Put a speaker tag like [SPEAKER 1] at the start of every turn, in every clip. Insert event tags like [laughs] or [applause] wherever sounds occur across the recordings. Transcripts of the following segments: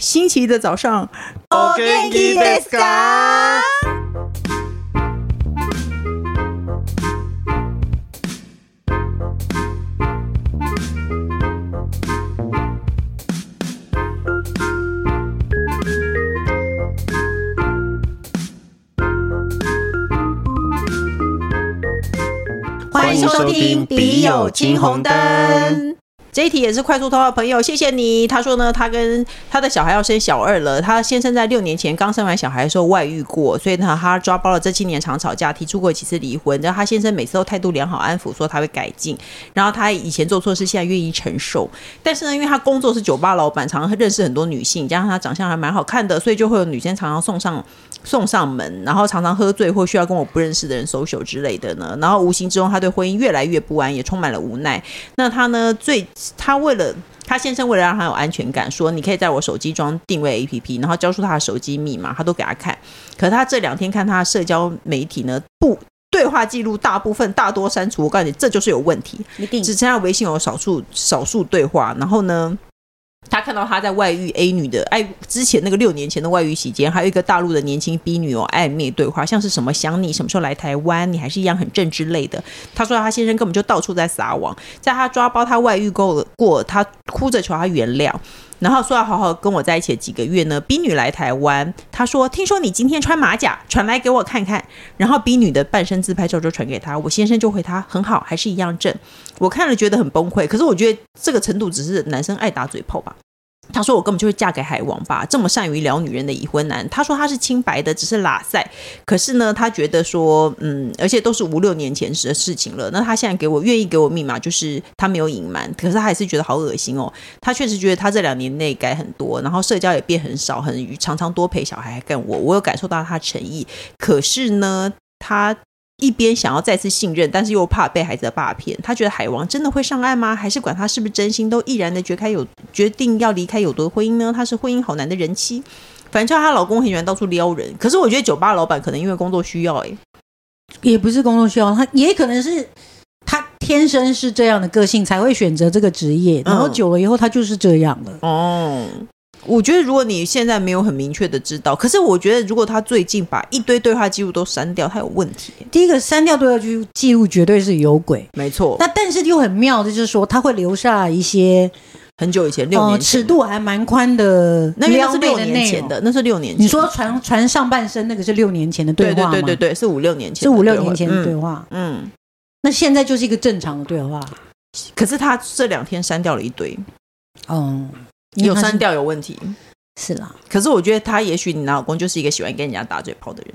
[SPEAKER 1] 星期一的早上，
[SPEAKER 2] お元気ですか？
[SPEAKER 1] 啊欢迎收
[SPEAKER 2] 欢迎收
[SPEAKER 1] 听《
[SPEAKER 2] 听
[SPEAKER 1] 笔友青红灯
[SPEAKER 2] 笔友青》。
[SPEAKER 1] 这一题也是快速通话朋友，谢谢你。他说呢，他跟他的小孩要生小二了，他先生在六年前刚生完小孩的时候外遇过，所以呢，他抓包了这七年常吵架，提出过几次离婚。然后他先生每次都态度良好，安抚说他会改进，然后他以前做错事，现在愿意承受。但是呢，因为他工作是酒吧老板，常常认识很多女性，加上他长相还蛮好看的，所以就会有女生常常送上送上门，然后常常喝醉或需要跟我不认识的人 social 之类的呢。然后无形之中，他对婚姻越来越不安，也充满了无奈。那他呢，最他为了。他先生为了让他有安全感，说你可以在我手机装定位 APP，然后交出他的手机密码，他都给他看。可是他这两天看他的社交媒体呢，不对话记录大部分大多删除。我告诉你，这就是有问题。
[SPEAKER 3] 一定
[SPEAKER 1] 只剩下微信有少数少数对话，然后呢？他看到他在外遇 A 女的爱之前那个六年前的外遇期间，还有一个大陆的年轻 B 女友暧昧对话，像是什么想你什么时候来台湾，你还是一样很正之类的。他说他先生根本就到处在撒网，在他抓包他外遇过过，他哭着求他原谅，然后说要好好跟我在一起的几个月呢。B 女来台湾，他说听说你今天穿马甲，传来给我看看。然后 B 女的半身自拍照就传给他，我先生就回他很好，还是一样正。我看了觉得很崩溃，可是我觉得这个程度只是男生爱打嘴炮吧。他说：“我根本就是嫁给海王吧，这么善于撩女人的已婚男。”他说他是清白的，只是拉塞。可是呢，他觉得说，嗯，而且都是五六年前时的事情了。那他现在给我愿意给我密码，就是他没有隐瞒，可是他还是觉得好恶心哦。他确实觉得他这两年内改很多，然后社交也变很少，很常常多陪小孩跟我。我有感受到他诚意，可是呢，他一边想要再次信任，但是又怕被孩子的霸骗。他觉得海王真的会上岸吗？还是管他是不是真心，都毅然的决开有决定要离开有毒的婚姻呢？他是婚姻好男的人妻。反正她老公很喜欢到处撩人，可是我觉得酒吧老板可能因为工作需要、欸，
[SPEAKER 3] 也不是工作需要，他也可能是他天生是这样的个性，才会选择这个职业，
[SPEAKER 1] 嗯
[SPEAKER 3] 然后久了以后他就是这样了。
[SPEAKER 1] 哦，我觉得如果你现在没有很明确的知道，可是我觉得如果他最近把一堆对话记录都删掉，他有问题、欸
[SPEAKER 3] 第一个删掉对话记录记录绝对是有鬼，
[SPEAKER 1] 没错，
[SPEAKER 3] 那但是又很妙的就是说，他会留下一些
[SPEAKER 1] 很久以前，六
[SPEAKER 3] 呃
[SPEAKER 1] 年
[SPEAKER 3] 尺
[SPEAKER 1] 前，
[SPEAKER 3] 度还蛮宽的
[SPEAKER 1] 那因为那
[SPEAKER 3] 撩
[SPEAKER 1] 是
[SPEAKER 3] 妹
[SPEAKER 1] 六
[SPEAKER 3] 的
[SPEAKER 1] 年
[SPEAKER 3] 内
[SPEAKER 1] 前
[SPEAKER 3] 容。
[SPEAKER 1] 的，那是六年前。
[SPEAKER 3] 你说传传上半身那个是六年前的
[SPEAKER 1] 对
[SPEAKER 3] 话吗？
[SPEAKER 1] 对对对对，是五六年前
[SPEAKER 3] 是
[SPEAKER 1] 的对话，
[SPEAKER 3] 五六年前的对
[SPEAKER 1] 嗯
[SPEAKER 3] 话。
[SPEAKER 1] 嗯，
[SPEAKER 3] 那现在就是一个正常的对话。
[SPEAKER 1] 可是他这两天删掉了一堆，
[SPEAKER 3] 嗯，因为
[SPEAKER 1] 有
[SPEAKER 3] 他是
[SPEAKER 1] 删掉有问题。
[SPEAKER 3] 是啦，
[SPEAKER 1] 可是我觉得他也许你老公就是一个喜欢跟人家打嘴炮的人，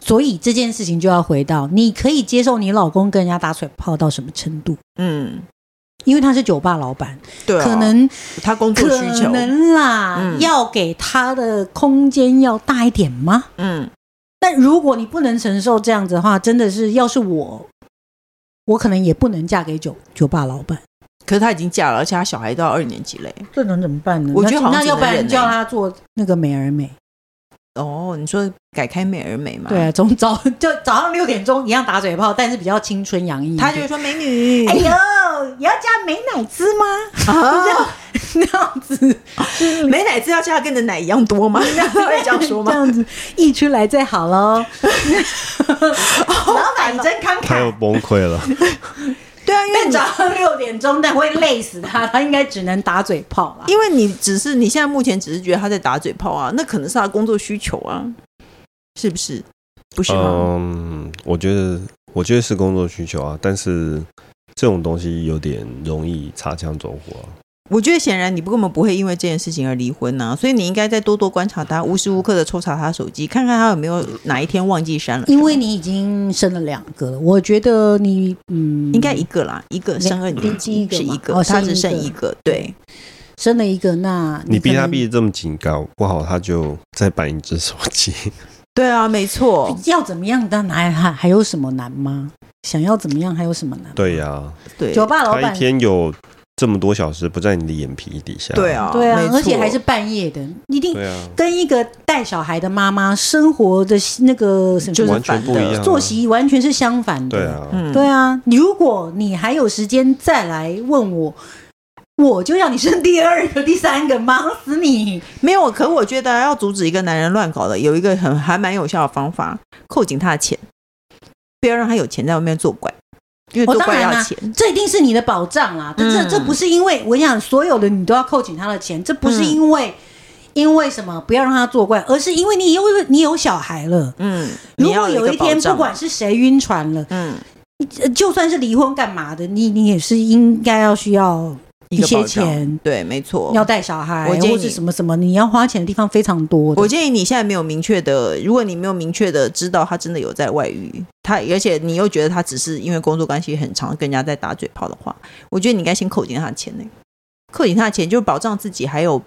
[SPEAKER 3] 所以这件事情就要回到，你可以接受你老公跟人家打嘴炮到什么程度？
[SPEAKER 1] 嗯，
[SPEAKER 3] 因为他是酒吧老板，
[SPEAKER 1] 对、啊，
[SPEAKER 3] 可能
[SPEAKER 1] 他工作
[SPEAKER 3] 可
[SPEAKER 1] 需求，
[SPEAKER 3] 能啦，
[SPEAKER 1] 嗯
[SPEAKER 3] 要给他的空间要大一点吗？
[SPEAKER 1] 嗯，
[SPEAKER 3] 但如果你不能承受这样子的话，真的是，要是我，我可能也不能嫁给酒酒吧老板。
[SPEAKER 1] 可是他已经嫁了，而且他小孩都要二年级嘞。
[SPEAKER 3] 这能怎么办呢
[SPEAKER 1] 我觉得
[SPEAKER 3] 那
[SPEAKER 1] 好像
[SPEAKER 3] 那
[SPEAKER 1] 只
[SPEAKER 3] 要
[SPEAKER 1] 能
[SPEAKER 3] 不然
[SPEAKER 1] 忍
[SPEAKER 3] 叫
[SPEAKER 1] 欸
[SPEAKER 3] 他做那个美而美，
[SPEAKER 1] 哦，你说改开美而美嘛？
[SPEAKER 3] 对啊，从早就早上六点钟一样打嘴炮，但是比较青春洋溢一点。
[SPEAKER 1] 他就会说美女，
[SPEAKER 3] 哎呦，也要加美乃滋吗？
[SPEAKER 1] 啊，
[SPEAKER 3] [laughs] 那样子，
[SPEAKER 1] [laughs] 美乃滋要加跟你的奶一样多吗？
[SPEAKER 3] [laughs]
[SPEAKER 1] 他会 [laughs] 这样说
[SPEAKER 3] 这
[SPEAKER 1] [laughs] 吗？
[SPEAKER 3] 样子溢出来最好喽。 [laughs] 老板，你真慷
[SPEAKER 2] 他又
[SPEAKER 3] 慨。
[SPEAKER 2] 崩溃了，
[SPEAKER 1] 对啊，因为
[SPEAKER 3] 但
[SPEAKER 1] 你
[SPEAKER 3] 早上六点钟，但会累死他，他应该只能打嘴炮啦。
[SPEAKER 1] 因为你只是你现在目前只是觉得他在打嘴炮啊，那可能是他的工作需求啊，是不是？不是吗？
[SPEAKER 2] 嗯，我觉得我觉得是工作需求啊，但是这种东西有点容易擦枪走火、啊。
[SPEAKER 1] 我觉得显然你根本不会因为这件事情而离婚呐、所以你应该再多多观察他，无时无刻的抽查他手机，看看他有没有哪一天忘记删了。
[SPEAKER 3] 因为你已经生了两个了，我觉得你嗯，
[SPEAKER 1] 应该一个啦，一个
[SPEAKER 3] 两
[SPEAKER 1] 生二
[SPEAKER 3] 第
[SPEAKER 1] 年
[SPEAKER 3] 第
[SPEAKER 1] 级
[SPEAKER 3] 一个
[SPEAKER 1] 是
[SPEAKER 3] 嘛
[SPEAKER 1] 一个，
[SPEAKER 3] 哦
[SPEAKER 1] 他
[SPEAKER 3] 生
[SPEAKER 1] 只
[SPEAKER 3] 一
[SPEAKER 1] 剩
[SPEAKER 3] 个
[SPEAKER 1] 一个，对，
[SPEAKER 3] 生了一个，那
[SPEAKER 2] 你逼
[SPEAKER 3] 可
[SPEAKER 2] 他
[SPEAKER 3] 能
[SPEAKER 2] 逼得这么紧，搞不好他就再办一只手机。
[SPEAKER 1] 对啊，没错，
[SPEAKER 3] 要怎么样？但还还还有什么难吗？想要怎么样还有什么难？
[SPEAKER 2] 对呀、
[SPEAKER 1] 对，
[SPEAKER 3] 酒吧老
[SPEAKER 2] 他
[SPEAKER 3] 板
[SPEAKER 2] 一天有这么多小时不在你的眼皮底下。
[SPEAKER 1] 对，啊，
[SPEAKER 3] 对啊
[SPEAKER 1] 没，错
[SPEAKER 3] 而且还是半夜的，一定
[SPEAKER 2] 对啊，
[SPEAKER 3] 跟一个带小孩的妈妈生活的那个什么
[SPEAKER 1] 就是
[SPEAKER 2] 完全
[SPEAKER 1] 反
[SPEAKER 2] 不
[SPEAKER 1] 的
[SPEAKER 2] 一样、啊。
[SPEAKER 3] 作息完全是相反的。
[SPEAKER 2] 对啊，
[SPEAKER 1] 嗯，
[SPEAKER 3] 对啊，如果你还有时间再来问我，我就要你生第二个、第三个，忙死你！
[SPEAKER 1] 没有，可我觉得要阻止一个男人乱搞的，有一个很还蛮有效的方法，扣紧他的钱，不要让他有钱在外面作怪，因为
[SPEAKER 3] 我、
[SPEAKER 1] 作
[SPEAKER 3] 当
[SPEAKER 1] 怪
[SPEAKER 3] 然
[SPEAKER 1] 要
[SPEAKER 3] 啦
[SPEAKER 1] 钱。，
[SPEAKER 3] 这一定是你的保障啦。这这
[SPEAKER 1] 嗯
[SPEAKER 3] 这不是因为我跟你讲所有的你都要扣紧他的钱，这不是
[SPEAKER 1] 嗯
[SPEAKER 3] 因为、因为什么不要让他作怪，而是因为你有你有小孩了。
[SPEAKER 1] 嗯，
[SPEAKER 3] 如
[SPEAKER 1] 你要
[SPEAKER 3] 果有
[SPEAKER 1] 一
[SPEAKER 3] 一
[SPEAKER 1] 个保
[SPEAKER 3] 天
[SPEAKER 1] 障啊
[SPEAKER 3] 不管是谁晕船了，
[SPEAKER 1] 嗯
[SPEAKER 3] 呃就算是离婚干嘛的，你你也是应该要需要
[SPEAKER 1] 一
[SPEAKER 3] 一
[SPEAKER 1] 个
[SPEAKER 3] 些
[SPEAKER 1] 保障
[SPEAKER 3] 钱，
[SPEAKER 1] 对，没错，
[SPEAKER 3] 要带小孩
[SPEAKER 1] 我建议
[SPEAKER 3] 或是什么什么，你要花钱的地方非常多的。
[SPEAKER 1] 我建议你现在没有明确的，如果你没有明确的知道他真的有在外遇，他而且你又觉得他只是因为工作关系很长跟人家在打嘴炮的话，我觉得你应该先扣紧他的钱呢、扣紧他的钱就保障自己，还有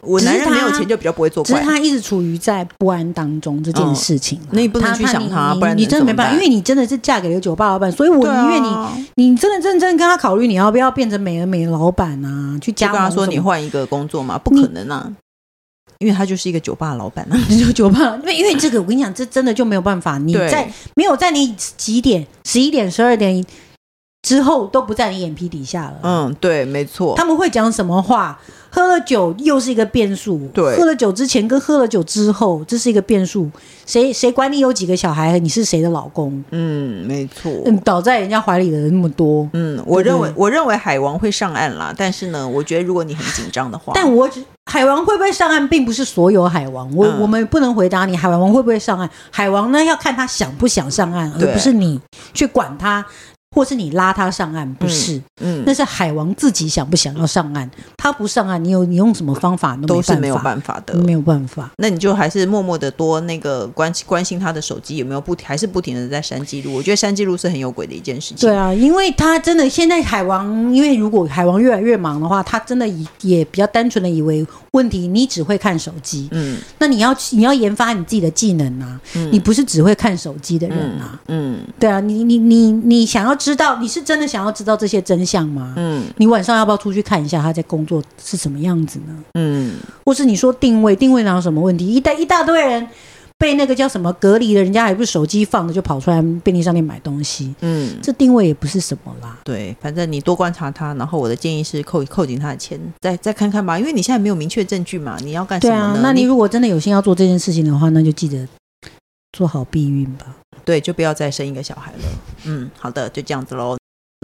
[SPEAKER 1] 我
[SPEAKER 3] 只是
[SPEAKER 1] 男人没有
[SPEAKER 3] 他
[SPEAKER 1] 钱就比较不会做
[SPEAKER 3] 只
[SPEAKER 1] 怪。
[SPEAKER 3] 是他一直处于在不安当中这件事情啦、
[SPEAKER 1] 嗯那你不能去想他
[SPEAKER 3] 你
[SPEAKER 1] 不然
[SPEAKER 3] 你
[SPEAKER 1] 能
[SPEAKER 3] 真的没办法，
[SPEAKER 1] 怎
[SPEAKER 3] 因
[SPEAKER 1] 么办
[SPEAKER 3] 为你真的是嫁给了酒吧老板，所以我
[SPEAKER 1] 对
[SPEAKER 3] 宁愿你、
[SPEAKER 1] 啊
[SPEAKER 3] 你真的认真跟他考虑，你要不要变成美而美的老板啊？去
[SPEAKER 1] 就
[SPEAKER 3] 加
[SPEAKER 1] 跟
[SPEAKER 3] 盟
[SPEAKER 1] 他说你
[SPEAKER 3] 什么
[SPEAKER 1] 换一个工作嘛，不可能啊，因为他就是一个酒吧老板啊。
[SPEAKER 3] 你就 [laughs] 酒吧，因为因为这个我跟你讲，这真的就没有办法，你
[SPEAKER 1] 对
[SPEAKER 3] 在没有在你几点、十一点、十二点之后都不在你眼皮底下了。
[SPEAKER 1] 嗯，对，没错。
[SPEAKER 3] 他们会讲什么话？喝了酒又是一个变数，
[SPEAKER 1] 对
[SPEAKER 3] 喝了酒之前跟喝了酒之后，这是一个变数。谁谁管你有几个小孩？你是谁的老公？
[SPEAKER 1] 嗯，没错。
[SPEAKER 3] 嗯，倒在人家怀里的人那么多，
[SPEAKER 1] 嗯，我
[SPEAKER 3] 对
[SPEAKER 1] 认
[SPEAKER 3] 不
[SPEAKER 1] 为
[SPEAKER 3] 对
[SPEAKER 1] 我认为海王会上岸啦，但是呢，我觉得如果你很紧张的话，
[SPEAKER 3] 但我只海王会不会上岸，并不是所有海王，我、
[SPEAKER 1] 嗯
[SPEAKER 3] 我们不能回答你海王会不会上岸。海王呢，要看他想不想上岸，而
[SPEAKER 1] 对
[SPEAKER 3] 不是你去管他，或是你拉他上岸，不是，
[SPEAKER 1] 嗯
[SPEAKER 3] 那，是海王自己想不想要上岸。他不上岸，你有你用什么方法
[SPEAKER 1] 都是没有
[SPEAKER 3] 办法，
[SPEAKER 1] 办法的。
[SPEAKER 3] 没有办法。
[SPEAKER 1] 那你就还是默默的多那个关关心他的手机有没有不停，还是不停的在删记录。我觉得删记录是很有鬼的一件事情。
[SPEAKER 3] 对啊，因为他真的现在海王，因为如果海王越来越忙的话，他真的以也比较单纯的以为问题你只会看手机，
[SPEAKER 1] 嗯
[SPEAKER 3] 那你要你要研发你自己的技能啊，
[SPEAKER 1] 嗯
[SPEAKER 3] 你不是只会看手机的人啊，
[SPEAKER 1] 嗯
[SPEAKER 3] 对啊，你你你你想要知道你是真的想要知道这些真相吗？
[SPEAKER 1] 嗯
[SPEAKER 3] 你晚上要不要出去看一下他在工作是什么样子呢？
[SPEAKER 1] 嗯，
[SPEAKER 3] 或是你说定位定位哪有什么问题？一大一大堆人被那个叫什么隔离的，人家还不是手机放着就跑出来便利商店买东西，
[SPEAKER 1] 嗯，
[SPEAKER 3] 这定位也不是什么啦。
[SPEAKER 1] 对，反正你多观察他。然后我的建议是扣扣紧他的钱，再再看看吧，因为你现在没有明确证据嘛，你要干什
[SPEAKER 3] 对
[SPEAKER 1] 么呢？
[SPEAKER 3] 啊，那你如果真的有心要做这件事情的话，那就记得做好避孕吧。
[SPEAKER 1] 对，就不要再生一个小孩了。嗯，好的，就这样子喽。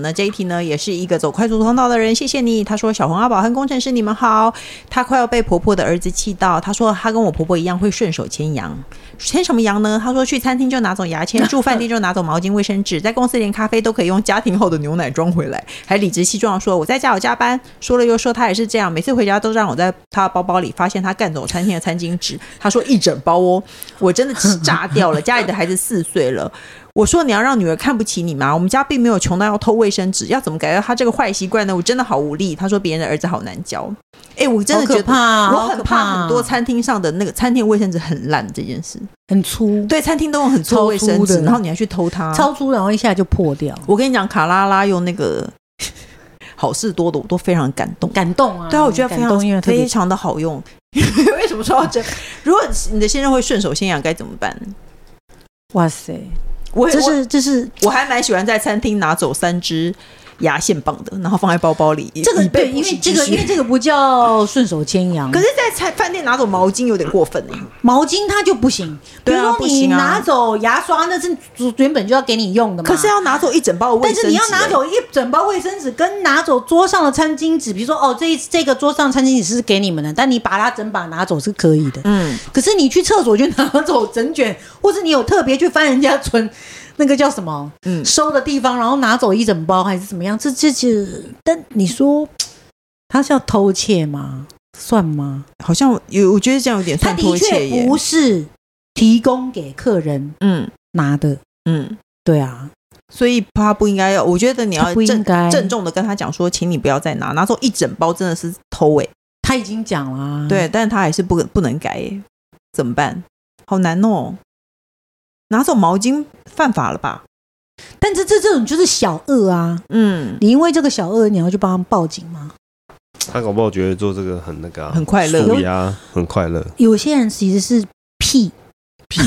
[SPEAKER 1] 那这一题呢，也是一个走快速通道的人，谢谢你。他说：“小红、阿宝和工程师，你们好。”他快要被婆婆的儿子气到，他说：“他跟我婆婆一样会顺手牵羊，牵什么羊呢？”他说：“去餐厅就拿走牙
[SPEAKER 3] [laughs]
[SPEAKER 1] 签，住饭店就拿走毛巾、卫生纸，在公司连咖啡都可以用家庭后的牛奶装回来。”还理直气壮地说：“我在家有加班。”说了又说，他也是这样，每次回家都让我在他包包里发现他干走餐厅的餐巾纸。他说一整包哦，我真的气炸掉了。家里的孩子四岁了，我说你要让女儿看不起你吗？我们家并没有穷到要偷卫生纸，要怎么改掉她这个坏习惯呢？我真的好无力。他说别人的儿子好难教。哎、我真的觉
[SPEAKER 3] 好可
[SPEAKER 1] 得。
[SPEAKER 3] 怕，啊
[SPEAKER 1] 我很
[SPEAKER 3] 好可怕
[SPEAKER 1] 怕很多餐厅上的那个餐厅卫生纸很烂这件事，
[SPEAKER 3] 很粗，
[SPEAKER 1] 对，啊餐厅都用很粗的
[SPEAKER 3] 超
[SPEAKER 1] 卫生
[SPEAKER 3] 粗
[SPEAKER 1] 纸，
[SPEAKER 3] 的
[SPEAKER 1] 然后你还去偷它。
[SPEAKER 3] 超粗，然后一下就破掉，
[SPEAKER 1] 我跟你讲，卡拉拉用那个 [laughs] 好事多的，我都非常感动。
[SPEAKER 3] 感动啊！
[SPEAKER 1] 对啊，我觉得非
[SPEAKER 3] 感动，因
[SPEAKER 1] 常
[SPEAKER 3] 为特别
[SPEAKER 1] 非常的好用。 [laughs] 为什么说到这？如果你的先生会顺手牵羊该怎么办？
[SPEAKER 3] 哇塞，
[SPEAKER 1] 我
[SPEAKER 3] 这
[SPEAKER 1] 我
[SPEAKER 3] 是这是
[SPEAKER 1] 我还蛮喜欢在餐厅拿走三支牙线棒的，然后放在包包 [laughs] 里。
[SPEAKER 3] 这个
[SPEAKER 1] 以备
[SPEAKER 3] 对，因
[SPEAKER 1] 不时
[SPEAKER 3] 为这
[SPEAKER 1] 之
[SPEAKER 3] 个
[SPEAKER 1] 需
[SPEAKER 3] 因为这个不叫顺手牵羊，
[SPEAKER 1] 可是，在餐饭店拿走毛巾有点过分哎、
[SPEAKER 3] 毛巾它就不行。比
[SPEAKER 1] 对
[SPEAKER 3] 如
[SPEAKER 1] 啊
[SPEAKER 3] 说你
[SPEAKER 1] 不行啊
[SPEAKER 3] 拿走牙刷，那是原本就要给你用的嘛。
[SPEAKER 1] 可是要拿走一整包的卫
[SPEAKER 3] 但
[SPEAKER 1] 生纸、欸
[SPEAKER 3] 是你要拿走一整包卫生纸，跟拿走桌上的餐巾纸，比如说哦，这一这个桌上餐巾纸是给你们的，但你把它整把拿走是可以的。
[SPEAKER 1] 嗯，
[SPEAKER 3] 可是你去厕所就拿走整卷，或者你有特别去翻人家存那个叫什么，
[SPEAKER 1] 嗯
[SPEAKER 3] 收的地方，然后拿走一整包还是怎么样？这这这，但你说他是要偷窃吗？算吗？
[SPEAKER 1] 好像有，我觉得这样有点
[SPEAKER 3] 他
[SPEAKER 1] 算
[SPEAKER 3] 的
[SPEAKER 1] 偷窃
[SPEAKER 3] 确
[SPEAKER 1] 耶
[SPEAKER 3] 不。是提供给客人
[SPEAKER 1] 嗯
[SPEAKER 3] 拿的，
[SPEAKER 1] 嗯，
[SPEAKER 3] 对啊，
[SPEAKER 1] 所以他不应该要。我觉得你
[SPEAKER 3] 他
[SPEAKER 1] 要
[SPEAKER 3] 不应
[SPEAKER 1] 郑
[SPEAKER 3] 该。
[SPEAKER 1] 郑重的跟他讲说，请你不要再拿，拿走一整包真的是偷哎、
[SPEAKER 3] 他已经讲了、啊，
[SPEAKER 1] 对，但是他还是不不能改耶，怎么办？好难哦。拿走毛巾犯法了吧？
[SPEAKER 3] 但这这这种就是小恶啊！
[SPEAKER 1] 嗯，
[SPEAKER 3] 你因为这个小恶，你要去帮他们报警吗？
[SPEAKER 2] 他搞不好觉得做这个很那个、啊，
[SPEAKER 1] 很快乐
[SPEAKER 2] 舒压很快乐。
[SPEAKER 3] 有些人其实是屁，
[SPEAKER 2] 屁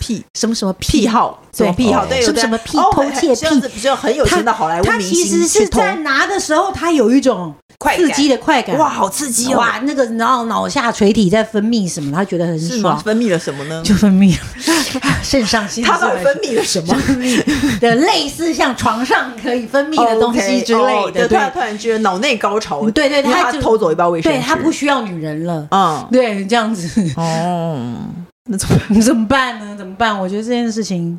[SPEAKER 1] 癖
[SPEAKER 3] 什么什么啊
[SPEAKER 1] 癖好，什么
[SPEAKER 3] 对
[SPEAKER 1] 癖好，对，
[SPEAKER 3] 什
[SPEAKER 1] 有
[SPEAKER 3] 么
[SPEAKER 1] 的
[SPEAKER 3] 什么癖
[SPEAKER 1] 哦
[SPEAKER 3] 偷窃
[SPEAKER 1] 这样
[SPEAKER 3] 癖
[SPEAKER 1] 子比较很有钱的好莱坞
[SPEAKER 3] 他
[SPEAKER 1] 明
[SPEAKER 3] 其
[SPEAKER 1] 星
[SPEAKER 3] 实
[SPEAKER 1] 去
[SPEAKER 3] 是
[SPEAKER 1] 偷
[SPEAKER 3] 在拿的时候，他有一种
[SPEAKER 1] 快感
[SPEAKER 3] 刺激的快感，
[SPEAKER 1] 哇，好刺激哦！
[SPEAKER 3] 哇，那个然后脑下垂体在分泌什么，他觉得很
[SPEAKER 1] 是吗？
[SPEAKER 3] 爽，
[SPEAKER 1] 分泌了什么呢？
[SPEAKER 3] 就分泌了 [laughs] 肾上腺素
[SPEAKER 1] [laughs] 他到底分泌了什么？
[SPEAKER 3] 的类似像床上可以分泌的东西之类的，
[SPEAKER 1] 哦对，他突然觉得脑内高潮，
[SPEAKER 3] 对对，
[SPEAKER 1] 因为他
[SPEAKER 3] 就
[SPEAKER 1] 偷走一包卫生
[SPEAKER 3] 对
[SPEAKER 1] 纸，
[SPEAKER 3] 他不需要女人了，
[SPEAKER 1] 嗯
[SPEAKER 3] 对，这样子 [laughs]
[SPEAKER 1] 哦，那怎么办？
[SPEAKER 3] 怎么办呢？怎么办？我觉得这件事情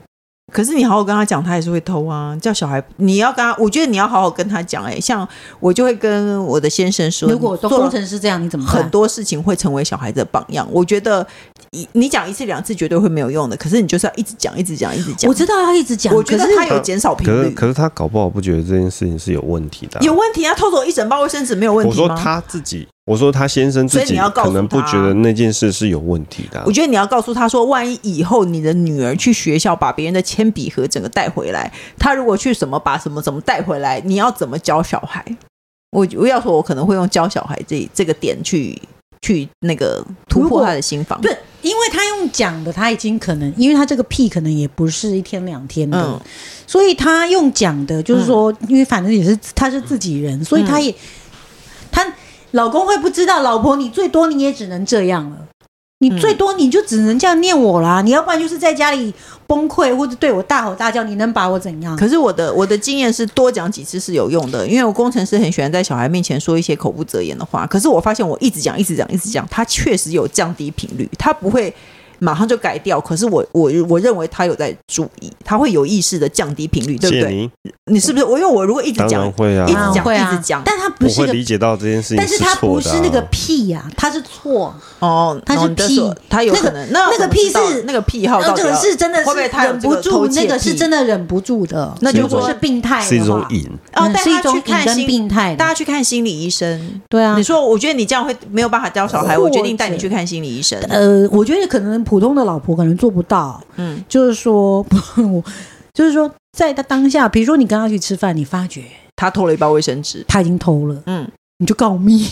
[SPEAKER 1] 可是你好好跟他讲，他还是会偷啊。叫小孩，你要跟他，我觉得你要好好跟他讲。哎，像我就会跟我的先生说，
[SPEAKER 3] 如果
[SPEAKER 1] 你
[SPEAKER 3] 说
[SPEAKER 1] 做
[SPEAKER 3] 工
[SPEAKER 1] 了
[SPEAKER 3] 程师这样，你怎么办？
[SPEAKER 1] 很多事情会成为小孩子的榜样。我觉得一你讲一次两次绝对会没有用的，可是你就是要一直讲，一直讲，一直讲
[SPEAKER 3] 我。知道要一直讲，
[SPEAKER 1] 我觉得
[SPEAKER 3] 可是
[SPEAKER 1] 他有减少频
[SPEAKER 2] 可是
[SPEAKER 1] 率，
[SPEAKER 2] 可是他搞不好不觉得这件事情是有问题的啊、
[SPEAKER 1] 有问题啊！偷走一整包卫生纸没有问
[SPEAKER 2] 我
[SPEAKER 1] 题
[SPEAKER 2] 说
[SPEAKER 1] 吗？
[SPEAKER 2] 他自己，我说他先生自
[SPEAKER 1] 所以
[SPEAKER 2] 己
[SPEAKER 1] 你要告诉
[SPEAKER 2] 可能不
[SPEAKER 1] 他
[SPEAKER 2] 觉得那件事是有问题的啊、
[SPEAKER 1] 我觉得你要告诉他说，万一以后你的女儿去学校把别人的铅笔盒整个带回来，她如果去什么把什么怎么带回来，你要怎么教小孩？我我要说，我可能会用教小孩这这个点去去那个突
[SPEAKER 3] 如
[SPEAKER 1] 破
[SPEAKER 3] 果
[SPEAKER 1] 他的心房
[SPEAKER 3] 不。是，因为他用讲的，他已经可能，因为他这个屁可能也不是一天两天的，
[SPEAKER 1] 嗯
[SPEAKER 3] 所以他用讲的，就是说，因为反正也是他是自己人，所以他也、他老公会不知道，老婆你最多你也只能这样了。你最多你就只能这样念我啦，你要不然就是在家里崩溃或者对我大吼大叫，你能把我怎样？
[SPEAKER 1] 可是我的我的经验是多讲几次是有用的，因为我工程师很喜欢在小孩面前说一些口不择言的话。可是我发现我一直讲一直讲一直讲，他确实有降低频率，他不会马上就改掉。可是我我我认为他有在注意，他会有意识的降低频率，对不
[SPEAKER 2] 谢
[SPEAKER 1] 对？
[SPEAKER 2] 你
[SPEAKER 1] 你是不是？我因为我如果一直
[SPEAKER 2] 当然
[SPEAKER 1] 讲，
[SPEAKER 2] 会啊
[SPEAKER 1] 一，直讲
[SPEAKER 3] 会啊
[SPEAKER 1] 一直讲
[SPEAKER 3] 但他不
[SPEAKER 2] 我
[SPEAKER 3] 是
[SPEAKER 2] 会
[SPEAKER 3] 一个，
[SPEAKER 2] 理解到这件事情
[SPEAKER 3] 但是他
[SPEAKER 2] 错
[SPEAKER 3] 不
[SPEAKER 2] 的、
[SPEAKER 3] 是
[SPEAKER 2] 啊。
[SPEAKER 3] 那个屁呀、他是错，
[SPEAKER 1] 哦，
[SPEAKER 3] 他是
[SPEAKER 1] 然后你就
[SPEAKER 3] 屁
[SPEAKER 1] 说他有
[SPEAKER 3] 那个
[SPEAKER 1] 可能那
[SPEAKER 3] 那个
[SPEAKER 1] 我不
[SPEAKER 3] 屁
[SPEAKER 1] 知道
[SPEAKER 3] 是
[SPEAKER 1] 那个癖好
[SPEAKER 3] 那
[SPEAKER 1] 到底
[SPEAKER 3] 个
[SPEAKER 1] 要，
[SPEAKER 3] 是真的
[SPEAKER 1] 会不会
[SPEAKER 3] 是
[SPEAKER 1] 他有
[SPEAKER 3] 忍
[SPEAKER 1] 这
[SPEAKER 3] 不
[SPEAKER 1] 个偷
[SPEAKER 3] 住，
[SPEAKER 1] 窃
[SPEAKER 3] 那个是
[SPEAKER 1] 癖
[SPEAKER 3] 真的忍不住的，
[SPEAKER 1] 那
[SPEAKER 2] 就是
[SPEAKER 3] 如果
[SPEAKER 2] 说
[SPEAKER 3] 是病态的话，
[SPEAKER 2] 是一种瘾，
[SPEAKER 1] 哦，
[SPEAKER 3] 嗯
[SPEAKER 1] 带
[SPEAKER 3] 是一
[SPEAKER 1] 他
[SPEAKER 3] 种
[SPEAKER 1] 去
[SPEAKER 3] 瘾
[SPEAKER 1] 看
[SPEAKER 3] 跟
[SPEAKER 1] 心
[SPEAKER 3] 病态的
[SPEAKER 1] 大家去看心理医生。
[SPEAKER 3] 对啊
[SPEAKER 1] 你，说，我觉得你这样会没有办法教小孩，
[SPEAKER 3] 或
[SPEAKER 1] 我决定带你
[SPEAKER 3] 者
[SPEAKER 1] 去看心理医生。
[SPEAKER 3] 呃，我觉得可能普通的老婆可能做不到，
[SPEAKER 1] 嗯，
[SPEAKER 3] 就是说， [laughs] 我就是说，在他当下，比如说你跟他去吃饭，你发觉
[SPEAKER 1] 他偷了一包卫生纸，
[SPEAKER 3] 他已经偷了，
[SPEAKER 1] 嗯，
[SPEAKER 3] 你就告密，
[SPEAKER 1] [laughs]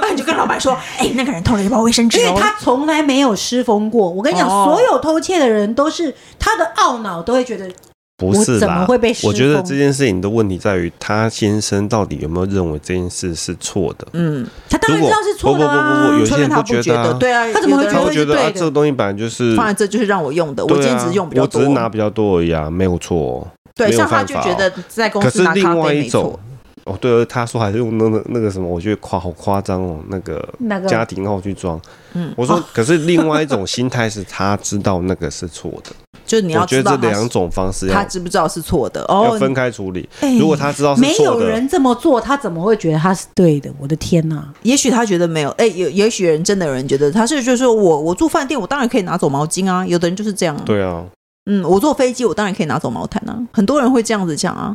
[SPEAKER 1] 那你就跟老 [laughs] 板说，哎、那个人偷了一包卫生纸
[SPEAKER 3] 因为
[SPEAKER 1] 哦。
[SPEAKER 3] 他从来没有失风过。我跟你讲，
[SPEAKER 1] 哦
[SPEAKER 3] 所有偷窃的人都是他的懊恼都会觉得，
[SPEAKER 2] 不是
[SPEAKER 3] 我怎
[SPEAKER 2] 啦
[SPEAKER 3] 么会被失
[SPEAKER 2] 我觉得
[SPEAKER 3] 风
[SPEAKER 2] 这件事情的问题在于，他先生到底有没有认为这件事是错的？
[SPEAKER 1] 嗯，
[SPEAKER 3] 他当然
[SPEAKER 2] 如
[SPEAKER 3] 知
[SPEAKER 2] 果
[SPEAKER 3] 道是错的啊。
[SPEAKER 2] 不不不不有些
[SPEAKER 1] 说明
[SPEAKER 2] 人
[SPEAKER 1] 他
[SPEAKER 2] 不觉
[SPEAKER 1] 觉
[SPEAKER 2] 得啊
[SPEAKER 1] 得，对啊，
[SPEAKER 3] 他怎么会
[SPEAKER 1] 有的
[SPEAKER 2] 他
[SPEAKER 1] 人
[SPEAKER 2] 会
[SPEAKER 3] 觉
[SPEAKER 2] 觉
[SPEAKER 3] 得
[SPEAKER 2] 得
[SPEAKER 3] 是
[SPEAKER 2] 啊，
[SPEAKER 3] 对的
[SPEAKER 2] 这个东西本来就是
[SPEAKER 1] 放在这就是让我用的，我
[SPEAKER 2] 对
[SPEAKER 1] 今
[SPEAKER 2] 啊
[SPEAKER 1] 天只是用比较
[SPEAKER 2] 我
[SPEAKER 1] 多。
[SPEAKER 2] 只是拿比较多而已啊，没有错哦、
[SPEAKER 1] 对，
[SPEAKER 2] 没有
[SPEAKER 1] 像他
[SPEAKER 2] 犯
[SPEAKER 1] 就
[SPEAKER 2] 法
[SPEAKER 1] 觉
[SPEAKER 2] 哦
[SPEAKER 1] 得在公
[SPEAKER 2] 可
[SPEAKER 1] 司
[SPEAKER 2] 是
[SPEAKER 1] 拿
[SPEAKER 2] 另
[SPEAKER 1] 咖
[SPEAKER 2] 外
[SPEAKER 1] 啡
[SPEAKER 2] 一
[SPEAKER 1] 没
[SPEAKER 2] 种
[SPEAKER 1] 错。，
[SPEAKER 2] 哦，对，他说还是用那个那个什么，我觉得夸好夸张哦，那个
[SPEAKER 3] 那个
[SPEAKER 2] 家庭号去装。
[SPEAKER 1] 嗯
[SPEAKER 2] 我说，可是另外一种心态是他知道那个是错的，
[SPEAKER 1] 就是你要
[SPEAKER 2] 我觉
[SPEAKER 1] 知
[SPEAKER 2] 得
[SPEAKER 1] 道
[SPEAKER 2] 这
[SPEAKER 1] 他
[SPEAKER 2] 两
[SPEAKER 1] 是
[SPEAKER 2] 种方式
[SPEAKER 1] 他
[SPEAKER 2] 要
[SPEAKER 1] 知不知道是错的
[SPEAKER 2] 要
[SPEAKER 1] 哦。
[SPEAKER 2] 分开处理。
[SPEAKER 1] 哎
[SPEAKER 2] 如果他知道哦是
[SPEAKER 3] 没
[SPEAKER 2] 错
[SPEAKER 3] 有
[SPEAKER 2] 的，
[SPEAKER 3] 人这么做，他怎么会觉得他是对的？我的天呐、
[SPEAKER 1] 也许他觉得没有，哎、有也许人真的有人觉得他是就是说我我住饭店，我当然可以拿走毛巾啊。有的人就是这样啊，
[SPEAKER 2] 对啊，
[SPEAKER 1] 嗯，我坐飞机，我当然可以拿走毛毯啊。很多人会这样子讲啊。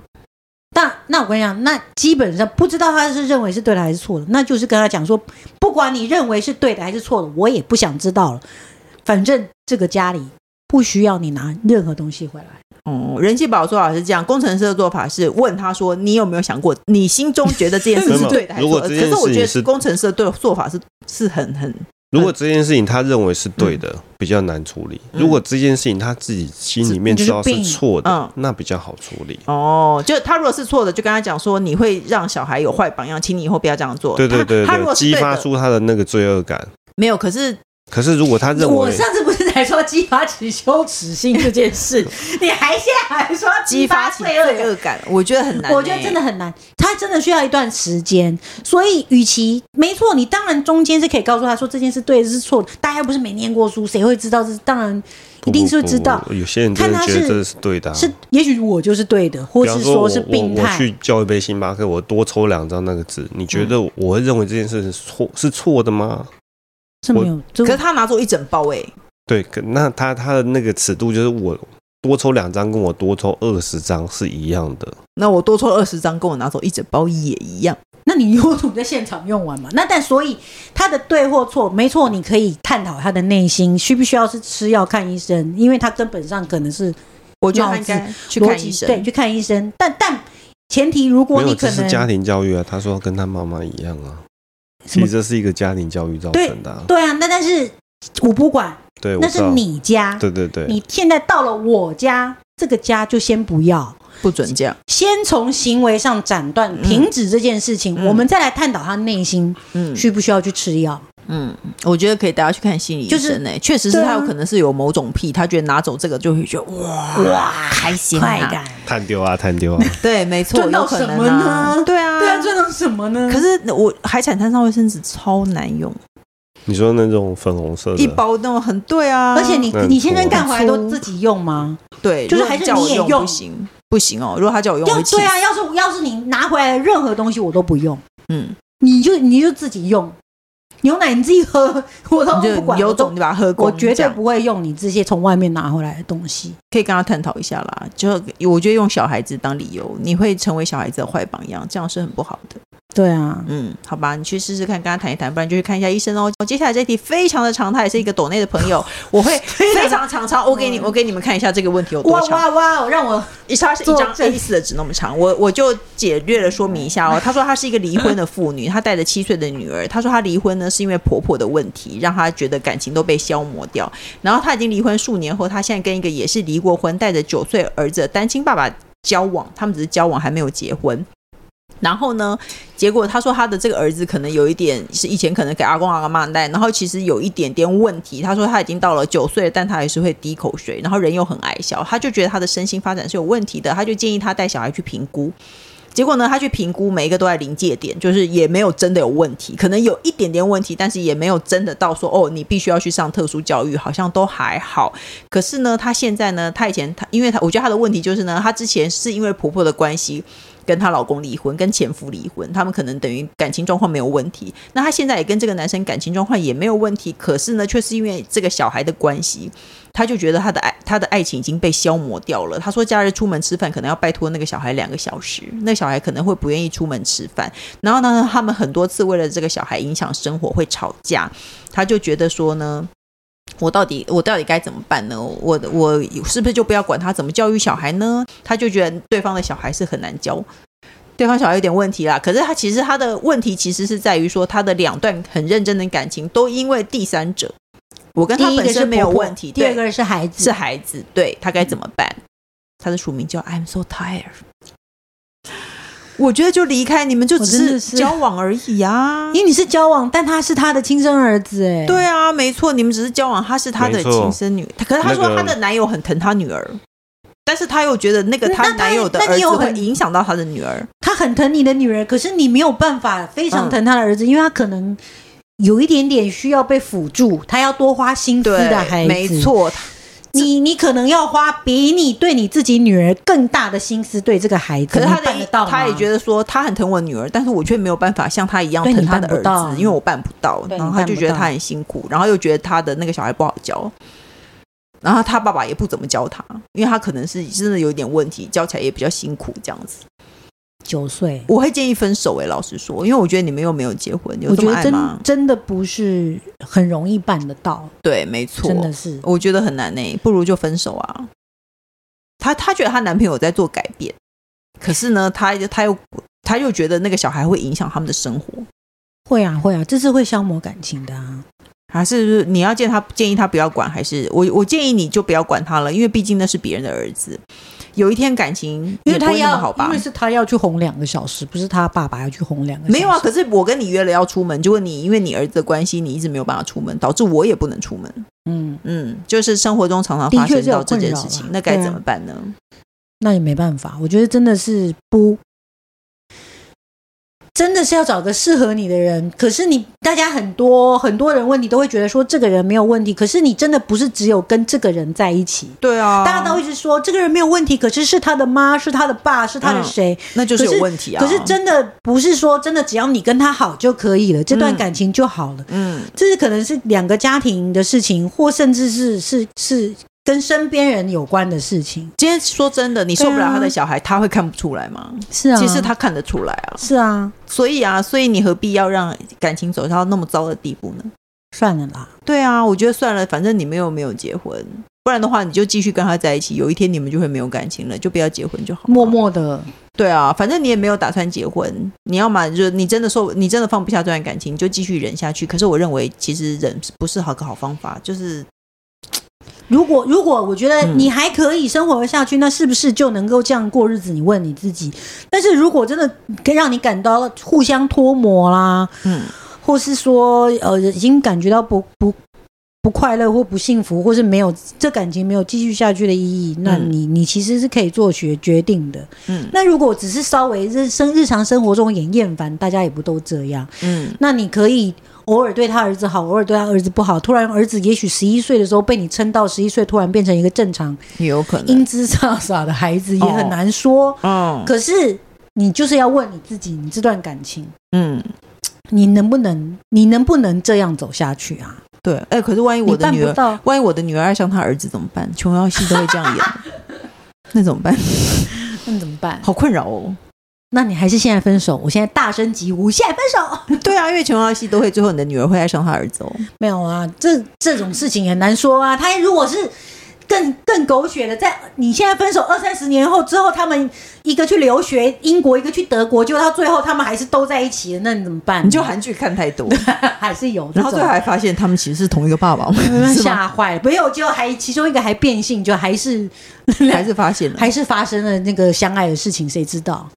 [SPEAKER 3] 但那我跟你讲，那基本上不知道他是认为是对的还是错的，那就是跟他讲说，不管你认为是对的还是错的，我也不想知道了。反正这个家里不需要你拿任何东西回来。
[SPEAKER 1] 哦，人气宝的做法是这样，工程师的做法是问他说：“你有没有想过，你心中觉得这件
[SPEAKER 2] [laughs]
[SPEAKER 1] 事
[SPEAKER 2] 没
[SPEAKER 1] 是
[SPEAKER 2] 有
[SPEAKER 1] 对的还是
[SPEAKER 2] 如果
[SPEAKER 1] 错的？”可
[SPEAKER 2] 这件
[SPEAKER 1] 是我
[SPEAKER 2] 事
[SPEAKER 1] 觉
[SPEAKER 2] 情
[SPEAKER 1] 得
[SPEAKER 2] 是
[SPEAKER 1] 工程师的对做法是是很很
[SPEAKER 2] 如果这件事情他认为是
[SPEAKER 1] 嗯
[SPEAKER 2] 对的，比较难处理；如果这件事情他自己心里面知道是错
[SPEAKER 1] 嗯就是
[SPEAKER 2] 的，那比较好处理。
[SPEAKER 1] 哦，就他如果是错的，就跟他讲说你会让小孩有坏榜样，请你以后不要这样做。
[SPEAKER 2] 对对对
[SPEAKER 1] 他他如
[SPEAKER 2] 对，
[SPEAKER 1] 果是
[SPEAKER 2] 激
[SPEAKER 1] 对
[SPEAKER 2] 发
[SPEAKER 1] 的，
[SPEAKER 2] 出他的那个罪恶感。
[SPEAKER 1] 没有，可是
[SPEAKER 2] 可是如果他认
[SPEAKER 3] 我
[SPEAKER 2] 为
[SPEAKER 3] 上次不是才说激发起羞耻心这件
[SPEAKER 2] [laughs]
[SPEAKER 3] 事，你还现在还说
[SPEAKER 1] 激发起
[SPEAKER 3] 罪恶感
[SPEAKER 1] 罪恶感，我觉得很难、欸
[SPEAKER 3] 我觉得真的。很难，他真的需要一段时间。所以，与其没错，你当然中间是可以告诉他说这件事对是错的，大家又不是没念过书，谁会知道这？当然一定是会知道
[SPEAKER 2] 不。不不有些人真的
[SPEAKER 3] 看他
[SPEAKER 2] 觉得
[SPEAKER 3] 是
[SPEAKER 2] 这是对的啊、
[SPEAKER 3] 是，也许我就是对的，或
[SPEAKER 2] 比方
[SPEAKER 3] 是
[SPEAKER 2] 说我，
[SPEAKER 3] 是病
[SPEAKER 2] 我我
[SPEAKER 3] 态。
[SPEAKER 2] 去叫一杯星巴克，我多抽两张那个纸，你觉
[SPEAKER 3] 嗯
[SPEAKER 2] 得我会认为这件事是错是错的吗？
[SPEAKER 3] 这没有，这
[SPEAKER 1] 可是他拿走一整包哎、
[SPEAKER 2] 对，可那他他的那个尺度就是我多抽两张跟我多抽二十张是一样的。
[SPEAKER 1] 那我多抽了二十张，跟我拿走一整包也一样。
[SPEAKER 3] 那你有种 [laughs] 在现场用完嘛？那但所以他的对或错，没错，你可以探讨他的内心需不需要是吃药看医生，因为他根本上可能是
[SPEAKER 1] 我觉得他
[SPEAKER 3] 脑
[SPEAKER 1] 应
[SPEAKER 3] 子
[SPEAKER 1] 该去看
[SPEAKER 3] 逻辑
[SPEAKER 1] 医生。
[SPEAKER 3] 对，去看医生。但但前提，如果
[SPEAKER 2] 没
[SPEAKER 3] 你
[SPEAKER 2] 有，
[SPEAKER 3] 可能
[SPEAKER 2] 这是家庭教育啊。他说跟他妈妈一样啊，
[SPEAKER 3] 什
[SPEAKER 2] 其
[SPEAKER 3] 么
[SPEAKER 2] 实这是一个家庭教育造成的啊、
[SPEAKER 3] 对啊，那但是我不管，
[SPEAKER 2] 对，
[SPEAKER 3] 那
[SPEAKER 2] 我知
[SPEAKER 3] 是
[SPEAKER 2] 道，
[SPEAKER 3] 你家，
[SPEAKER 2] 对对对，
[SPEAKER 3] 你现在到了我家，这个家就先不要，
[SPEAKER 1] 不准这样。
[SPEAKER 3] 先从行为上斩断，停止这件事情，
[SPEAKER 1] 嗯
[SPEAKER 3] 我们再来探讨他内心
[SPEAKER 1] 嗯
[SPEAKER 3] 需不需要去吃药。
[SPEAKER 1] 嗯，我觉得可以大家去看心理医
[SPEAKER 3] 就是
[SPEAKER 1] 生呢、确实是
[SPEAKER 3] 对啊
[SPEAKER 1] 他有可能是有某种癖，他觉得拿走这个就会觉得哇哇开心、啊、
[SPEAKER 3] 快感，
[SPEAKER 2] 探丢啊，
[SPEAKER 3] [laughs]
[SPEAKER 2] 探丢啊，
[SPEAKER 1] 对，没错，
[SPEAKER 3] 赚到
[SPEAKER 1] 有可能
[SPEAKER 3] 什么
[SPEAKER 1] 啊
[SPEAKER 3] 呢
[SPEAKER 1] 对啊，
[SPEAKER 3] 对啊，赚到什么呢？
[SPEAKER 1] 可是我海产摊上卫生纸超难用，
[SPEAKER 2] 你说那种粉红色
[SPEAKER 1] 一
[SPEAKER 2] 的，
[SPEAKER 1] 包那种很对啊，
[SPEAKER 3] 而且你
[SPEAKER 2] 那很
[SPEAKER 3] 你先生
[SPEAKER 2] 粗
[SPEAKER 3] 干回来都自己用吗？
[SPEAKER 1] 对，
[SPEAKER 3] 就是
[SPEAKER 1] 如果
[SPEAKER 3] 还是
[SPEAKER 1] 叫我
[SPEAKER 3] 你也
[SPEAKER 1] 用
[SPEAKER 3] 用
[SPEAKER 1] 不行不行哦，如果他叫我用，
[SPEAKER 3] 要
[SPEAKER 1] 我会气
[SPEAKER 3] 对啊，要是要是你拿回来的任何东西我都不用，
[SPEAKER 1] 嗯，
[SPEAKER 3] 你就你就自己用，牛奶你自己喝，我都
[SPEAKER 1] 你
[SPEAKER 3] 不
[SPEAKER 1] 就
[SPEAKER 3] 管，
[SPEAKER 1] 有
[SPEAKER 3] 我都
[SPEAKER 1] 种你把它喝光，
[SPEAKER 3] 我绝
[SPEAKER 1] 这
[SPEAKER 3] 对
[SPEAKER 1] 样
[SPEAKER 3] 不会用你这些从外面拿回来的东西。
[SPEAKER 1] 可以跟他探讨一下啦。就我觉得用小孩子当理由，你会成为小孩子的坏榜样，这样是很不好的。
[SPEAKER 3] 对啊，
[SPEAKER 1] 嗯，好吧，你去试试看，跟他谈一谈，不然就去看一下医生哦。接下来这题非常的长，他也是一个抖内的朋友，我会非常长长，我给你，我给你们看一下这个问题有多
[SPEAKER 3] 哇
[SPEAKER 1] 长。
[SPEAKER 3] 哇哇！让我
[SPEAKER 1] 一它是一张 A 四的纸那么长，我我就简略的说明一下哦。她说她是一个离婚的妇女，她带着七岁的女儿。她说她离婚呢是因为婆婆的问题，让她觉得感情都被消磨掉。然后她已经离婚数年后，她现在跟一个也是离过婚、带着九岁儿子的单亲爸爸交往，他们只是交往还没有结婚。然后呢？结果她说她的这个儿子可能有一点是以前可能给阿公阿妈带，然后其实有一点点问题。她说她已经到了九岁了，但她还是会滴口水，然后人又很矮小，她就觉得她的身心发展是有问题的，她就建议她带小孩去评估。结果呢，她去评估每一个都在临界点，就是也没有真的有问题，可能有一点点问题，但是也没有真的到说哦，你必须要去上特殊教育，好像都还好。可是呢，她现在呢，她以前她因为她我觉得她的问题就是呢，她之前是因为婆婆的关系。跟她老公离婚，跟前夫离婚，他们可能等于感情状况没有问题。那她现在也跟这个男生感情状况也没有问题，可是呢，却是因为这个小孩的关系，她就觉得她的爱，她的爱情已经被消磨掉了。她说，假日出门吃饭可能要拜托那个小孩两个小时，那个小孩可能会不愿意出门吃饭。然后呢，他们很多次为了这个小孩影响生活会吵架，她就觉得说呢。我到底我到底该怎么办呢？我我是不是就不要管他怎么教育小孩呢？她就觉得对方的小孩是很难教，对方小孩有点问题啦。可是他其实他的问题其实是在于说，他的两段很认真的感情都因为第三者，我跟他
[SPEAKER 3] 第一
[SPEAKER 1] 本
[SPEAKER 3] 个是
[SPEAKER 1] 身没有
[SPEAKER 3] 婆婆
[SPEAKER 1] 问题，
[SPEAKER 3] 第二
[SPEAKER 1] 对
[SPEAKER 3] 个是孩子，
[SPEAKER 1] 是啊孩子，对他该怎么办？他的署名叫 I'm so tired。我觉得就离开，你们就
[SPEAKER 3] 我
[SPEAKER 1] 只
[SPEAKER 3] 真的
[SPEAKER 1] 是
[SPEAKER 3] 是
[SPEAKER 1] 交往而已啊。
[SPEAKER 3] [laughs] 因为你是交往，但他是他的亲生儿子，哎，
[SPEAKER 1] 对啊，没错，你们只是交往，她是他的
[SPEAKER 2] 没错
[SPEAKER 1] 亲生女，她可是她说
[SPEAKER 2] 那个
[SPEAKER 1] 她的男友很疼她女儿，但是她又觉得那个她
[SPEAKER 3] 那她
[SPEAKER 1] 男友的
[SPEAKER 3] 那
[SPEAKER 1] 儿
[SPEAKER 3] 你
[SPEAKER 1] 子
[SPEAKER 3] 有
[SPEAKER 1] 会
[SPEAKER 3] 很
[SPEAKER 1] 影响到她的女儿。
[SPEAKER 3] 他很疼你的女儿，可是你没有办法非常疼他的
[SPEAKER 1] 嗯
[SPEAKER 3] 儿子，因为他可能有一点点需要被辅助，他要多花心思
[SPEAKER 1] 对
[SPEAKER 3] 的孩，子，
[SPEAKER 1] 没。错，
[SPEAKER 3] 你你可能要花比你对你自己女儿更大的心思对这个孩子，
[SPEAKER 1] 可是他
[SPEAKER 3] 你办
[SPEAKER 1] 的
[SPEAKER 3] 得到吗
[SPEAKER 1] 他也觉得说他很疼我女儿，但是我却没有办法像他一样
[SPEAKER 3] 对
[SPEAKER 1] 疼
[SPEAKER 3] 你
[SPEAKER 1] 他的
[SPEAKER 3] 办
[SPEAKER 1] 儿
[SPEAKER 3] 不到
[SPEAKER 1] 子，因为我办不到。
[SPEAKER 3] 对
[SPEAKER 1] 然后
[SPEAKER 3] 你
[SPEAKER 1] 他
[SPEAKER 3] 办
[SPEAKER 1] 就
[SPEAKER 3] 不
[SPEAKER 1] 觉得
[SPEAKER 3] 到
[SPEAKER 1] 他很辛苦，然后又觉得他的那个小孩不好教。然后他爸爸也不怎么教他，因为他可能是真的有点问题，教起来也比较辛苦这样子。
[SPEAKER 3] 九岁，
[SPEAKER 1] 我会建议分手诶、欸老实说，因为我觉得你们又没有结婚，有
[SPEAKER 3] 我
[SPEAKER 1] 这
[SPEAKER 3] 觉
[SPEAKER 1] 么
[SPEAKER 3] 得
[SPEAKER 1] 爱吗
[SPEAKER 3] 真？真的不是很容易办得到，
[SPEAKER 1] 对，没错，
[SPEAKER 3] 真的是。
[SPEAKER 1] 我觉得很难呢、欸不如就分手啊。她她觉得她男朋友在做改变，可是呢，她她又她又觉得那个小孩会影响他们的生活。
[SPEAKER 3] 会啊会啊，这是会消磨感情的啊。
[SPEAKER 1] 还是你要建议他建议他不要管，还是我我建议你就不要管他了，因为毕竟那是别人的儿子。有一天感情
[SPEAKER 3] 因为
[SPEAKER 1] 也不
[SPEAKER 3] 他
[SPEAKER 1] 会那么
[SPEAKER 3] 要，
[SPEAKER 1] 好吧
[SPEAKER 3] 因为？是他要去哄两个小时，不是他爸爸要去哄两个小时。
[SPEAKER 1] 没有啊，可是我跟你约了要出门，结果你因为你儿子的关系，你一直没有办法出门，导致我也不能出门。
[SPEAKER 3] 嗯，
[SPEAKER 1] 嗯，就是生活中常常发
[SPEAKER 3] 的确
[SPEAKER 1] 生
[SPEAKER 3] 是有
[SPEAKER 1] 到这件
[SPEAKER 3] 困扰
[SPEAKER 1] 事情
[SPEAKER 3] 啦，
[SPEAKER 1] 那该
[SPEAKER 3] 对啊
[SPEAKER 1] 怎么办呢？
[SPEAKER 3] 那也没办法。我觉得真的是不，真的是要找个适合你的人。可是你大家很多很多人问题都会觉得说这个人没有问题，可是你真的不是只有跟这个人在一起。
[SPEAKER 1] 对啊，
[SPEAKER 3] 大家都一直说这个人没有问题，可是是他的妈，是他的爸，是他的谁？
[SPEAKER 1] 那就是
[SPEAKER 3] 可
[SPEAKER 1] 有
[SPEAKER 3] 是
[SPEAKER 1] 问题啊。
[SPEAKER 3] 可是真的不是说真的，只要你跟他好就可以了，这段
[SPEAKER 1] 嗯
[SPEAKER 3] 感情就好了。
[SPEAKER 1] 嗯，
[SPEAKER 3] 这是可能是两个家庭的事情，或甚至是是是跟身边人有关的事情。
[SPEAKER 1] 今天说真的，你受不了他的小孩，他会看不出来吗？
[SPEAKER 3] 是啊
[SPEAKER 1] 其实他看得出来啊，
[SPEAKER 3] 是啊，
[SPEAKER 1] 所以啊，所以你何必要让感情走到那么糟的地步呢？
[SPEAKER 3] 算了啦，
[SPEAKER 1] 对啊，我觉得算了，反正你们又没有结婚，不然的话，你就继续跟他在一起，有一天你们就会没有感情了，就不要结婚就好了。
[SPEAKER 3] 默默的，
[SPEAKER 1] 对啊，反正你也没有打算结婚，你要嘛就是你真的受，你真的放不下这段感情，你就继续忍下去。可是我认为，其实忍不是好个好方法，就是
[SPEAKER 3] 如果如果我觉得
[SPEAKER 1] 嗯
[SPEAKER 3] 你还可以生活下去，那是不是就能够这样过日子？你问你自己。但是如果真的可以让你感到互相脱模啦，
[SPEAKER 1] 嗯，
[SPEAKER 3] 或是说呃已经感觉到不不不快乐或不幸福，或是没有这感情没有继续下去的意义，那
[SPEAKER 1] 嗯
[SPEAKER 3] 你、你其实是可以做决决定的。
[SPEAKER 1] 嗯
[SPEAKER 3] 那如果只是稍微日生日常生活中有点厌烦，大家也不都这样。
[SPEAKER 1] 嗯
[SPEAKER 3] 那你可以偶尔对他儿子好，偶尔对他儿子不好。突然儿子也许十一岁的时候被你撑到十一岁，突然变成一个正常
[SPEAKER 1] 也有可能。
[SPEAKER 3] 英姿飒洒的孩子，也
[SPEAKER 1] 哦
[SPEAKER 3] 很难说。
[SPEAKER 1] 嗯
[SPEAKER 3] 可是你就是要问你自己，你这段感情，
[SPEAKER 1] 嗯，
[SPEAKER 3] 你能不能，你能不能这样走下去啊？
[SPEAKER 1] 对，哎、可是万一我
[SPEAKER 3] 你
[SPEAKER 1] 的
[SPEAKER 3] 办
[SPEAKER 1] 女
[SPEAKER 3] 不
[SPEAKER 1] 儿，
[SPEAKER 3] 到。
[SPEAKER 1] 万一我的女儿爱上她儿子怎么办？琼瑶戏都会这样演的，
[SPEAKER 3] [laughs]
[SPEAKER 1] 那怎么办？
[SPEAKER 3] 那你怎么办？
[SPEAKER 1] 好困扰
[SPEAKER 3] [laughs]
[SPEAKER 1] 哦。
[SPEAKER 3] 那你还是现在分手？我现在大声疾呼，现在分手！
[SPEAKER 1] 对啊，因为琼瑶戏都会最后你的女儿会爱上她儿子哦。
[SPEAKER 3] 没有啊，这这种事情很难说啊。他如果是更更狗血的，在你现在分手二三十年后之后，他们一个去留学英国，一个去德国，就到最后他们还是都在一起了，那你怎么办？
[SPEAKER 1] 你就韩剧看太多，
[SPEAKER 3] [laughs] 还是有这
[SPEAKER 1] 然
[SPEAKER 3] 种，
[SPEAKER 1] 后最后还发现他们其实是同一个爸
[SPEAKER 3] [laughs]
[SPEAKER 1] 爸，是吗？
[SPEAKER 3] 吓坏，没有就还其中一个还变性，就还是
[SPEAKER 1] [laughs] 还是发现了？
[SPEAKER 3] [laughs] 还是发生了那个相爱的事情，谁知道？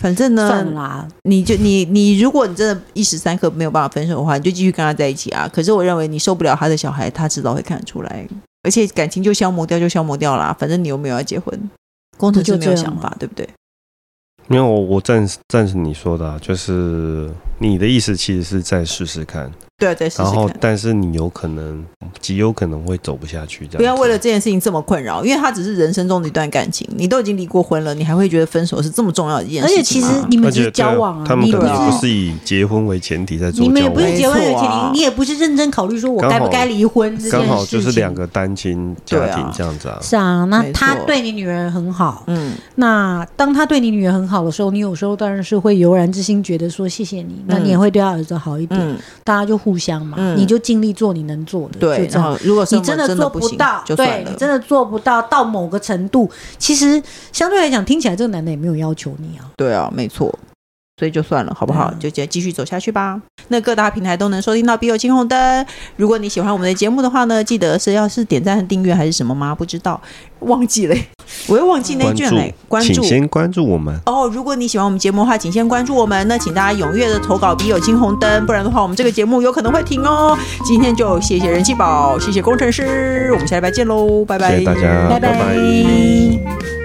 [SPEAKER 1] 反正
[SPEAKER 3] 算
[SPEAKER 1] 呢
[SPEAKER 3] 了，啦，
[SPEAKER 1] 你就你你，如果你真的一时三刻没有办法分手的话，你就继续跟他在一起啊。可是我认为你受不了他的小孩，他迟早会看得出来，而且感情就消磨掉就消磨掉啦。反正你又没有要结婚，工程师没有想
[SPEAKER 3] 不就这样
[SPEAKER 1] 法，对不对？
[SPEAKER 2] 没有，我赞赞成你说的、啊，就是你的意思其实是再试试看，
[SPEAKER 1] 对啊，再试试
[SPEAKER 2] 然后
[SPEAKER 1] 看。
[SPEAKER 2] 但是你有可能极有可能会走不下去，这样子
[SPEAKER 1] 不要为了这件事情这么困扰，因为他只是人生中的一段感情，你都已经离过婚了，你还会觉得分手是这么重要的一件
[SPEAKER 3] 而
[SPEAKER 1] 事情啊吗？
[SPEAKER 3] 且其实你们
[SPEAKER 2] 而
[SPEAKER 3] 只
[SPEAKER 2] 且
[SPEAKER 3] 是交往
[SPEAKER 2] 对他
[SPEAKER 3] 啊，
[SPEAKER 2] 们
[SPEAKER 3] 你
[SPEAKER 2] 可
[SPEAKER 3] 不
[SPEAKER 1] 对啊
[SPEAKER 2] 能
[SPEAKER 3] 是
[SPEAKER 2] 不是以结婚为前提在做
[SPEAKER 3] 你们也
[SPEAKER 2] 交
[SPEAKER 3] 不是
[SPEAKER 2] 往，
[SPEAKER 3] 结婚有
[SPEAKER 1] 没错
[SPEAKER 3] 前
[SPEAKER 1] 啊
[SPEAKER 3] 提，你也不是认真考虑说我该不该离婚这件事情。
[SPEAKER 2] 刚好就是两个单亲家
[SPEAKER 1] 对啊
[SPEAKER 2] 庭这样子啊。
[SPEAKER 3] 是啊，那
[SPEAKER 1] 没错
[SPEAKER 3] 他对你女儿很好，
[SPEAKER 1] 嗯，
[SPEAKER 3] 那当他对你女儿很好的时候，你有时候当然是会油然之心觉得说谢谢你，那你也会对他儿子好一点，
[SPEAKER 1] 嗯
[SPEAKER 3] 大家就互相嘛，
[SPEAKER 1] 嗯
[SPEAKER 3] 你就尽力做你能做的，
[SPEAKER 1] 对。
[SPEAKER 3] 就这
[SPEAKER 1] 然
[SPEAKER 3] 样。
[SPEAKER 1] 后如果
[SPEAKER 3] 你
[SPEAKER 1] 生活
[SPEAKER 3] 真
[SPEAKER 1] 真
[SPEAKER 3] 做
[SPEAKER 1] 不
[SPEAKER 3] 不
[SPEAKER 1] 行
[SPEAKER 3] 到，
[SPEAKER 1] 就算
[SPEAKER 3] 对
[SPEAKER 1] 了。
[SPEAKER 3] 你真的做不到到某个程度，其实相对来讲，听起来这个男的也没有要求你啊。
[SPEAKER 1] 对啊，没错。所以就算了，好不
[SPEAKER 2] 啊
[SPEAKER 1] 好？
[SPEAKER 3] 嗯
[SPEAKER 1] 就接继续走下去吧。那各大平台都能收听到《笔友青红灯》。如果你喜欢我们的节目的话呢，记得是要是点赞、订阅还是什么吗？不知道，忘记了，我又忘记那
[SPEAKER 2] 关
[SPEAKER 1] 卷
[SPEAKER 2] 注
[SPEAKER 1] 嘞。，关注
[SPEAKER 2] 请先关注我们，
[SPEAKER 1] 哦。如果你喜欢我们节目的话，请先关注我们。那请大家踊跃的投稿《笔友青红灯》，不然的话，我们这个节目有可能会停哦。今天就谢谢人气宝，谢谢工程师，我们下礼拜见喽，拜拜，
[SPEAKER 2] 谢谢大家，
[SPEAKER 3] 拜
[SPEAKER 2] 拜
[SPEAKER 3] 拜
[SPEAKER 2] 拜